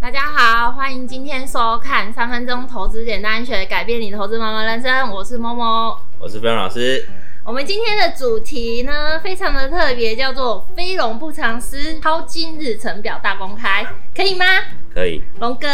大家好，欢迎今天收看三分钟投资简单学，改变你投资妈妈人生。我是某某。我是飞扬老师。我们今天的主题呢，非常的特别，叫做“飞龙不藏私，淘金日程表大公开”，可以吗？可以，龙哥，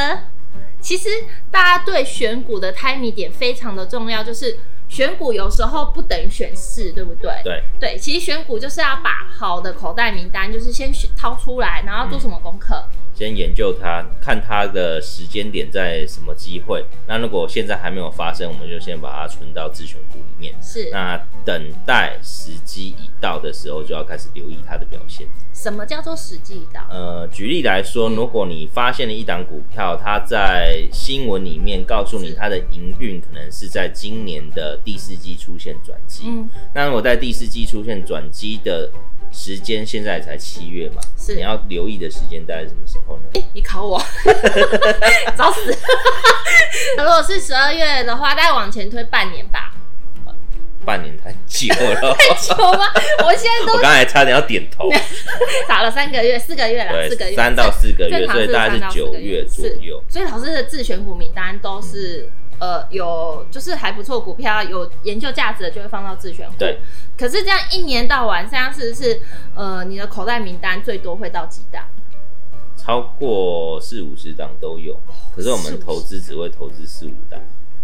其实大家对选股的 timing 点非常的重要，就是选股有时候不等于选市，对不对？对，对，其实选股就是要把好的口袋名单，就是先选掏出来，然后做什么功课？先研究它，看它的时间点在什么机会。那如果现在还没有发生，我们就先把它存到自选股里面。是那等待时机一到的时候，就要开始留意它的表现。什么叫做实际到？呃，举例来说，如果你发现了一档股票，它在新闻里面告诉你它的营运可能是在今年的第四季出现转机，嗯，那如果在第四季出现转机的时间，现在才七月嘛，是你要留意的时间大概是什么时候呢？你考 我，找死！如果是十二月的话，大概往前推半年吧，半年太 久了，有吗？我现在我都刚才差点要点 头。打了三个月、四个月啦，四个对，月，三到四个正月，常所是以大概三到是四九个月月左右。所以老师的自选股名单都是、呃有就是还不错股票有研究价值的就会放到自选股。对。可是这样一年到晚，这样是不是呃你的口袋名单最多会到几档？超过四五十档都有，可是我四五们十投资只会投资四五档。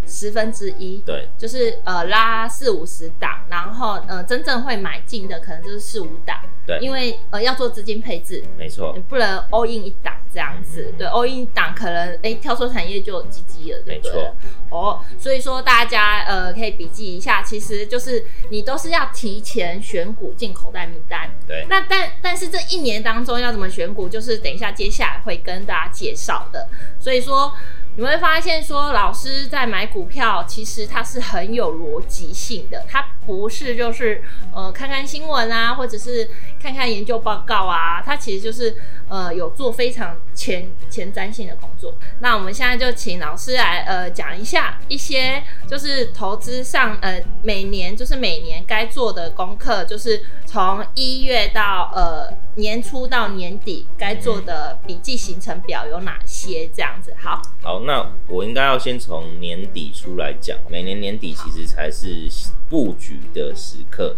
十分之一。对，就是呃拉四五十档，然后呃真正会买进的可能就是四五档，对因为嗯呃要做资金配置，没错你，不能 all in 一档这样子嗯，嗯对 all in 一档可能哎、诶跳出产业就有鸡鸡了，对不对没错？哦，所以说大家呃可以笔记一下，其实就是你都是要提前选股进口袋名单。对，那但但是这一年当中要怎么选股，就是等一下接下来会跟大家介绍的。所以说你会发现说，老师在买股票，其实它是很有逻辑性的，它不是就是呃看看新闻啊，或者是看看研究报告啊，它其实就是呃有做非常前前瞻性的工作。那我们现在就请老师来呃讲一下一些就是投资上呃每年就是每年该做的功课，就是从一月到呃年初到年底该做的笔记行程表有哪些这样子。好，好，那我应该要先从年底出来讲，每年年底其实才是布局的时刻，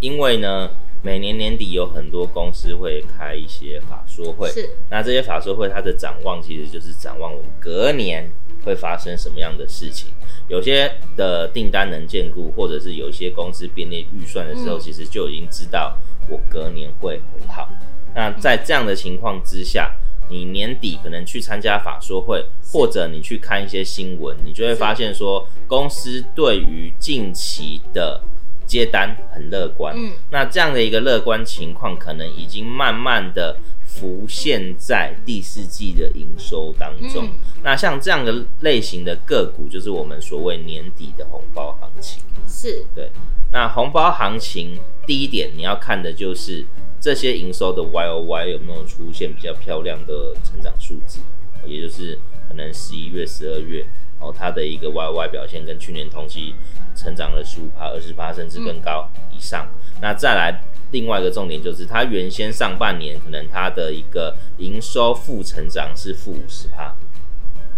因为呢，每年年底有很多公司会开一些法说会，是那这些法说会它的展望其实就是展望我们隔年会发生什么样的事情。有些的订单能兼顾，或者是有些公司编列预算的时候，嗯其实就已经知道我隔年会很好。那在这样的情况之下，你年底可能去参加法说会，或者你去看一些新闻，你就会发现说公司对于近期的接单很乐观。嗯那这样的一个乐观情况，可能已经慢慢的浮现在第四季的营收当中。嗯，那像这样的类型的个股，就是我们所谓年底的红包行情。嗯是那红包行情第一点，你要看的就是这些营收的 Y O Y 有没有出现比较漂亮的成长数字，也就是可能十一月、十二月，哦，它的一个 Y O Y 表现跟去年同期成长了十五趴、二十趴，甚至更高以上。那再来另外一个重点就是，它原先上半年可能它的一个营收负成长是负五十趴，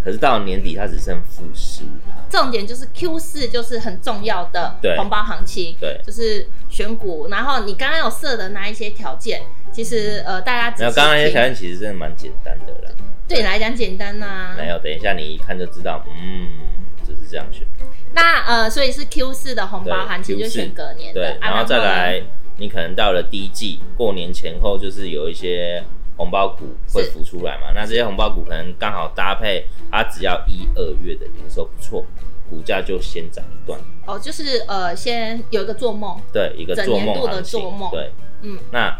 可是到年底它只剩负十五趴。重点就是 Q 四就是很重要的对红包行情，对，就是选股。然后你刚刚有设的那一些条件，其实呃大家只嗯没有，是刚刚那些听条件其实真的蛮简单的啦。对你来讲简单啊呐、没有，等一下你一看就知道，嗯，就是这样选。那呃所以是 Q 四的红包对行情就 Q4 选隔年的，对，啊然后再呢来，你可能到了第一季过年前后，就是有一些红包股会是浮出来嘛。那这些红包股可能刚好搭配，它只要一二月的营收不错，股价就先涨一段。哦就是呃先有一个做梦，对，一个整做年梦度的行情。做梦对，嗯那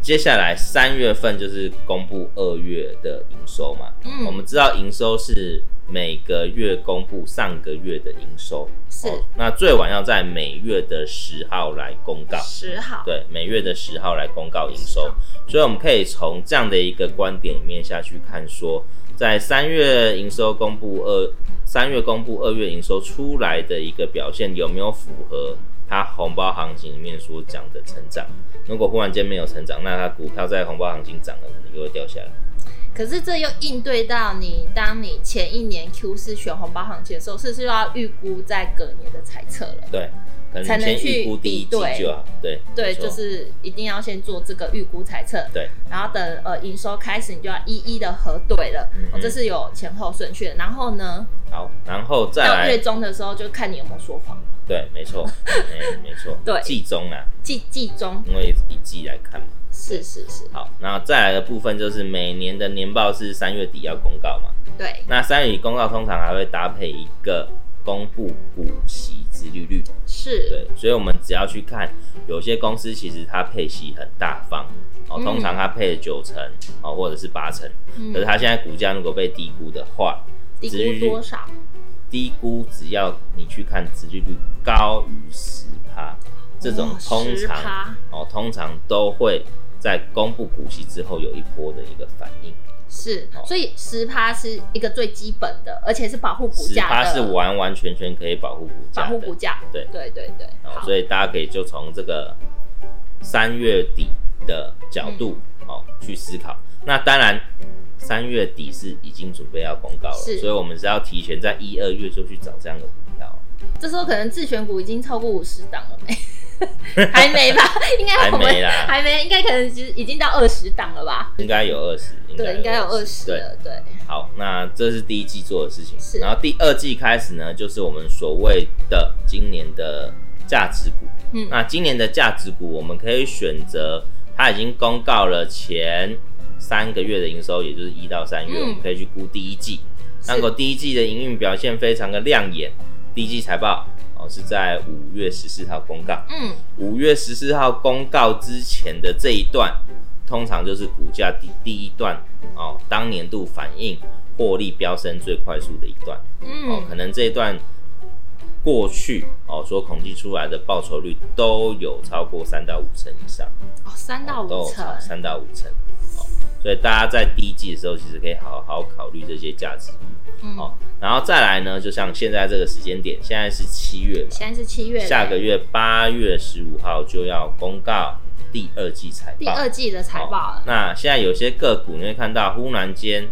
接下来三月份就是公布二月的营收嘛。嗯，我们知道营收是每个月公布上个月的营收，是哦，那最晚要在每月的十号来公告。十号，对，每月的十号来公告营10收号，所以我们可以从这样的一个观点里面下去看说在三月营收公布二，三月公布二月营收出来的一个表现有没有符合它红包行情里面所讲的成长？如果忽然间没有成长，那它股票在红包行情涨了，可能就会掉下来。可是这又应对到你，当你前一年 Q 四选红包行情的时候，是不是又要预估在隔年的猜测了？对，可能才能先预去估第比一季对就好，对，对，没错就是一定要先做这个预估猜测，对，然后等呃营收开始，你就要一一的核对了，嗯哦，这是有前后顺序的。然后呢，好，然后再到月来，中的时候就看你有没有说谎，对，没错，哎，没错，对季中啊，季季中因为一季来看嘛。是是是，好，那再来的部分就是每年的年报是三月底要公告嘛，对，那三月底公告通常还会搭配一个公布股息殖利率，是，对，所以我们只要去看，有些公司其实它配息很大方哦，嗯通常它配了九成哦，或者是八成，嗯可是它现在股价如果被低估的话，低估多少？低估只要你去看殖利率高于十趴，这种哦通10%常哦通常都会在公布股息之后有一波的一个反应，是，哦所以十趴是一个最基本的，而且是保护股十价趴的，是完完全全可以保护股保价护的，股价，对对对对，哦，好，所以大家可以就从这个三月底的角度、嗯哦去思考。那当然，三月底是已经准备要公告了，是所以我们是要提前在一二月就去找这样的股票。这时候可能自选股已经超过五十档了 没？还没吧？应该哎我们还没啦还没应该可能已经已经到二十档了吧？应该有二十，对，应该有二十对，了，对，好，那这是第一季做的事情。是然后第二季开始呢，就是我们所谓的今年的价值股。嗯那今年的价值股，我们可以选择它已经公告了前三个月的营收，也就是一到三月，嗯我们可以去估第一季。那如果是第一季的营运表现非常的亮眼，第一季财报哦是在五月十四号公告。嗯，五月十四号公告之前的这一段，通常就是股价第第一段哦，当年度反映获利飙升最快速的一段哦，嗯，可能这一段过去哦所统计出来的报酬率都有超过三到五成以上，哦，三到五都有成，超三到五成哦，所以大家在第一季的时候，其实可以好好考虑这些价值嗯，哦，然后再来呢，就像现在这个时间点，现在是七月嘛，现在是七月，下个月八月十五号就要公告第二季财报。第二季的财报了，那现在有些个股你会看到，忽然间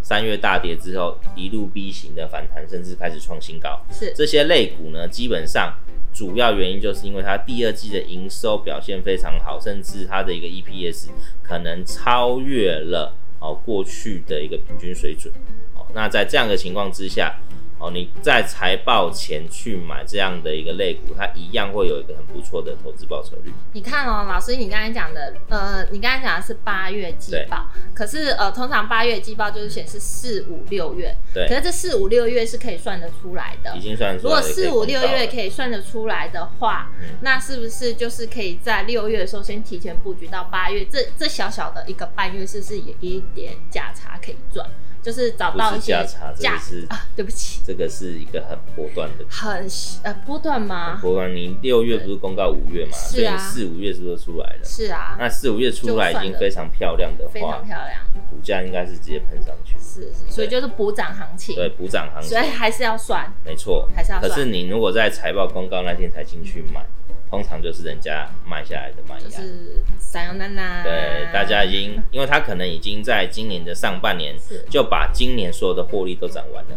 三月大跌之后，一路 B 型的反弹，甚至开始创新高。是这些类股呢，基本上主要原因就是因为它第二季的营收表现非常好，甚至它的一个 EPS 可能超越了哦过去的一个平均水准。哦，那在这样的情况之下，哦你在财报前去买这样的一个类股，它一样会有一个很不错的投资报酬率。你看哦，老师，你刚才讲的，呃，你刚才讲的是八月季报，可是呃，通常八月季报就是显示四五六月，可对，是这四五六月是可以算得出来的已。经算出如来果了也可以四五六公告月了可以算得出来的话，嗯那是不是就是可以在六月的时候先提前布局到八月？这这小小的一个半月，是不是有一点价差可以赚？就是找到不一是些价差，这个是啊，对不起，这个是一个很果断的很呃波段吗？不管你六月不是公告五月嘛，所是以啊四五月是不是都出来了？是啊，那四五月出来已经非常漂亮的非常话，漂亮，股价应该是直接喷上去，是是，所以就是补涨行情，对，补涨行所以情，还是要算，没错。还是要可算，是你如果在财报公告那天才进去买，通常就是人家卖下来的卖就压。是三幺娜娜，哎对，大家已经，因为他可能已经在今年的上半年是就把今年所有的获利都涨完了，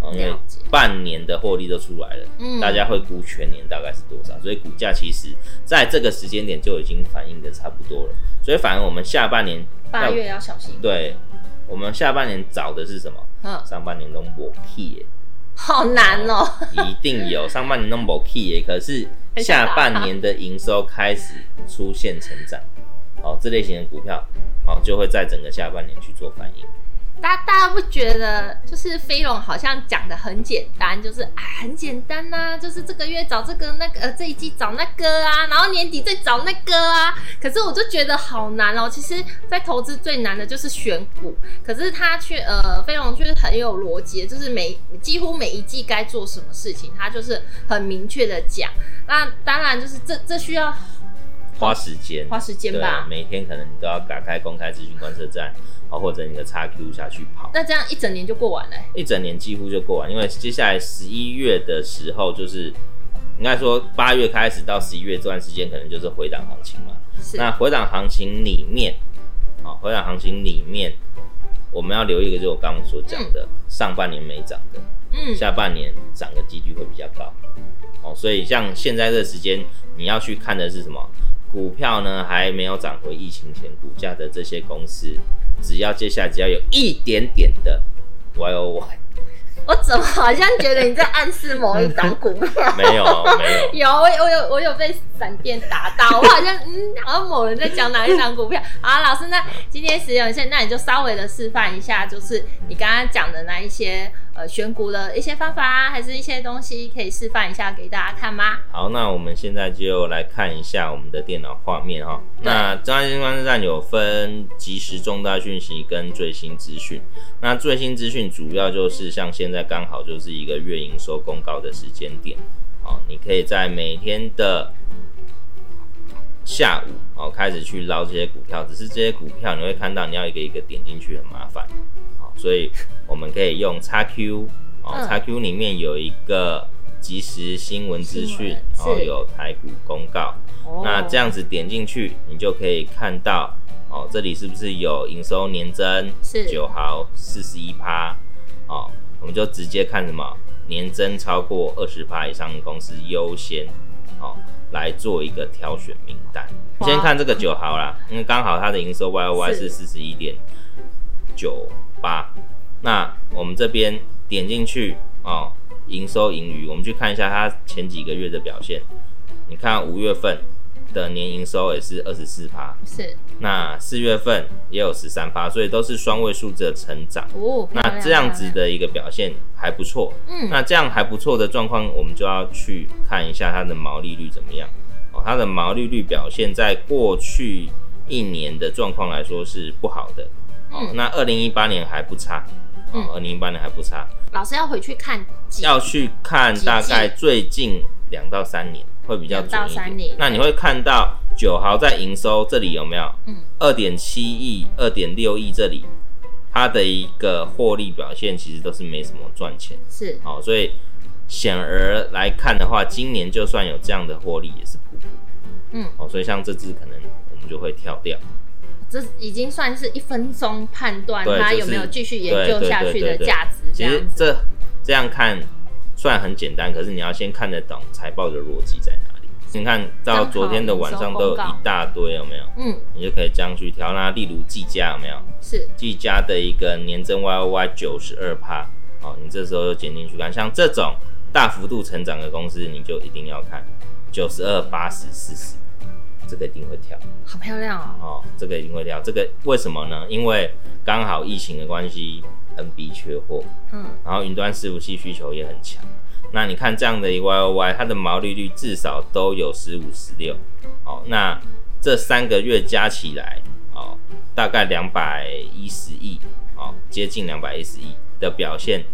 哦，因为了解半年的获利都出来了，嗯大家会估全年大概是多少，所以股价其实在这个时间点就已经反映的差不多了，所以反而我们下半年八月要小心，对，我们下半年找的是什么？嗯，上半年都没 key，耶、好难哦，一定有上半年都没 key，耶、可是很想打下他半年的营收开始出现成长，哦，这类型的股票哦就会在整个下半年去做反应。大大家不觉得就是飞龙好像讲的很简单，就是啊很简单呐、就是这个月找这个那个，呃这一季找那个啊，然后年底再找那个啊。可是我就觉得好难哦。其实，在投资最难的就是选股，可是他却呃飞龙却很有逻辑，就是每几乎每一季该做什么事情，他就是很明确的讲。那当然就是这这需要花时间，花时间吧对，。每天可能你都要打开公开资讯观测站，好或者你的 XQ 下去跑，那这样一整年就过完了欸、一整年几乎就过完。因为接下来十一月的时候，就是应该说八月开始到十一月这段时间，可能就是回档行情嘛。哦是那回档行情里面，啊、回档行情里面，我们要留意一个，就是我刚刚所讲的，上半年没涨的，嗯，下半年涨的几率会比较高。哦，所以像现在这个时间，你要去看的是什么？股票呢还没有涨回疫情前股价的这些公司，只要接下来只要有一点点的 Y O Y，我怎么好像觉得你在暗示某一档股票？没有没 有，有，我有我有我有被闪电打到，我好像嗯，好像某人在讲哪一档股票。 好啊，老师，那今天时间有限，那你就稍微的示范一下，就是你刚刚讲的那一些呃选股的一些方法啊，还是一些东西可以示范一下给大家看吗？好，那我们现在就来看一下我们的电脑画面哈、那中央新观测站有分即时重大讯息跟最新资讯。那最新资讯主要就是像现在刚好就是一个月营收公告的时间点，哦，你可以在每天的下午哦开始去捞这些股票，只是这些股票你会看到你要一个一个点进去很麻烦，哦，所以我们可以用 XQ 哦嗯，XQ 里面有一个即时新闻资新闻讯，然后是有台股公告，哦那这样子点进去，你就可以看到哦，这里是不是有营收年增是九毫四十一趴？哦，我们就直接看什么年增超过二十趴以上的公司优先哦来做一个挑选名单。哇先看这个九毫啦，因为刚好它的营收 Y O Y 是是四十一点九八，那我们这边点进去哦，营收盈余，我们去看一下它前几个月的表现。你看五月份的年营收也是二十四趴，是那四月份也有十三趴，所以都是双位数字的成长。哦，漂那亮这样子，漂的一个表现还不错。亮嗯，那这样还不错的状况，我们就要去看一下它的毛利率怎么样。哦，它的毛利率表现在过去一年的状况来说是不好的。哦，嗯那二零一八年还不差。哦嗯，二零一八年还不差。老师要回去看几要去看大概最近两到三年会比较准两到一三点年。那你会看到九豪在营收这里有没有？嗯，二点七亿、二点六亿这里，它的一个获利表现其实都是没什么赚钱。是好、所以显而来看的话，今年就算有这样的获利，也是普普。嗯，哦，所以像这只可能我们就会跳掉。这已经算是一分钟判断对它就有没有是继续研对究对下对去对的对价值，这其实样子。这这样看虽然很简单，可是你要先看得懂财报的逻辑在哪里。你看到昨天的晚上都有一大堆，有没有？嗯，你就可以这样去调。那例如技嘉有没有？是技嘉的一个年增 Y O Y 九十二帕，哦，你这时候就点进去看，像这种大幅度成长的公司，你就一定要看九十二、八十、四十，这个一定会跳。好漂亮哦。哦，这个一定会掉。这个为什么呢？因为刚好疫情的关系，NB 缺货，嗯，然后云端伺服器需求也很强。那你看这样的一个 YOY，它的毛利率至少都有十五、十六。哦，那这三个月加起来，哦，大概两百一十亿，哦，接近两百一十亿的表现。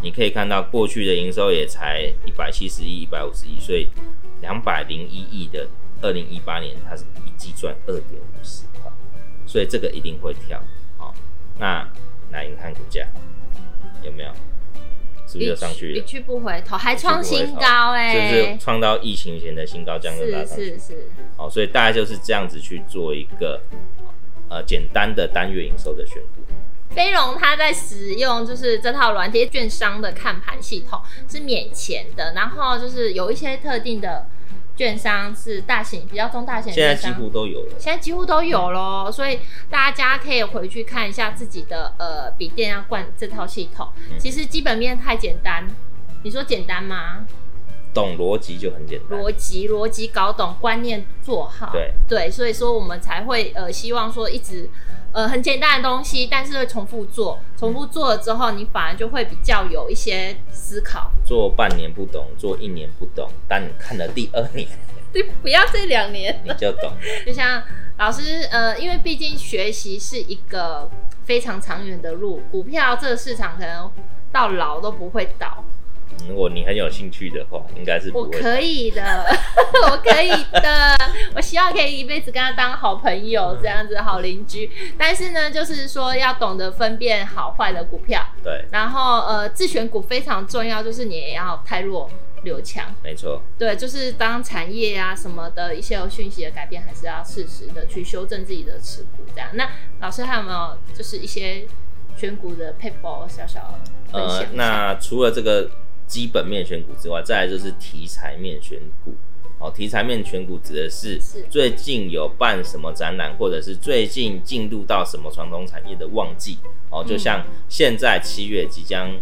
你可以看到，过去的营收也才一百七十亿、一百五十亿，所以两百零一亿的二零一八年，它是一季赚二点五十块，所以这个一定会跳。哦，那来你看股价有没有？是不是就上去一了？去不回头，还创新高哎、就是创到疫情前的新高，这样就拉上去。是是是，哦，所以大概就是这样子去做一个呃简单的单月营收的选股。飞龙它在使用就是这套软体券商的看盘系统是免钱的，然后就是有一些特定的券商是大型比较中大型的现在券商，几乎都有了。现在几乎都有咯，所以大家可以回去看一下自己的呃笔电要灌这套系统。嗯其实基本面太简单，你说简单吗？懂逻辑就很简单。逻辑逻辑搞懂，观念做好，对所以说我们才会呃希望说一直呃很简单的东西，但是会重复做，重复做了之后，你反而就会比较有一些思考。做半年不懂，做一年不懂，但你看了第二年对，不要这两年。你就懂。 就像老师，呃，因为毕竟学习是一个非常长远的路，股票这个市场可能到老都不会倒。如果你很有兴趣的话，应该是我不会。可以的， 我可以的，我希望可以一辈子跟他当好朋友，嗯这样子好邻居。但是呢，就是说要懂得分辨好坏的股票，对，然后呃，自选股非常重要，就是你也要太弱留强。没错，对，就是当产业啊什么的一些有讯息的改变，还是要适时的去修正自己的持股。这样，那老师还有没有就是一些选股的 paper 小小分享一呃下。，那除了这个基本面选股之外，再来就是题材面选股。哦，题材面选股指的是是最近有办什么展览，或者是最近进入到什么传统产业的旺季。嗯哦，就像现在七月即将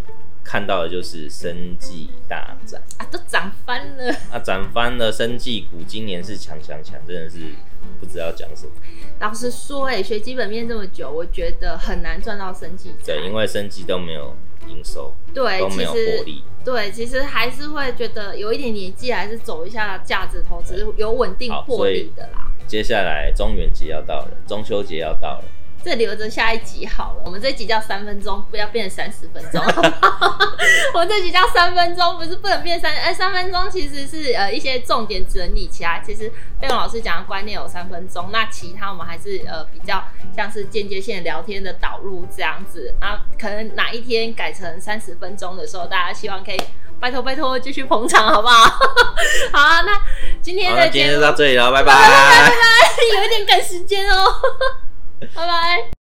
看到的就是生技大展啊都涨翻了，啊，涨翻了生技股，今年是强强强，真的是不知道讲什么。老实说、哎，学基本面这么久，我觉得很难赚到生计对，因为生技都没有营收，对，都啊哎其没有获实利。对，其实还是会觉得有一点年纪，还是走一下价值投资，有稳定好获所以利的啦。接下来中元节要到了，中秋节要到了。这留着下一集好了。我们这集叫三分钟，不要变成三十分钟。 我们这集叫三分钟，不是不能变三。哎，三分钟其实是呃一些重点整理起来。其实呃贝勇老师讲的观念有三分钟，那其他我们还是呃比较像是间接性的聊天的导入这样子。啊，可能哪一天改成三十分钟的时候，大家希望可以拜托拜托继续捧场，好不 好？好啊，那今天好，的那今节天就目 到这里了，拜拜。有一点赶时间哦，拜拜。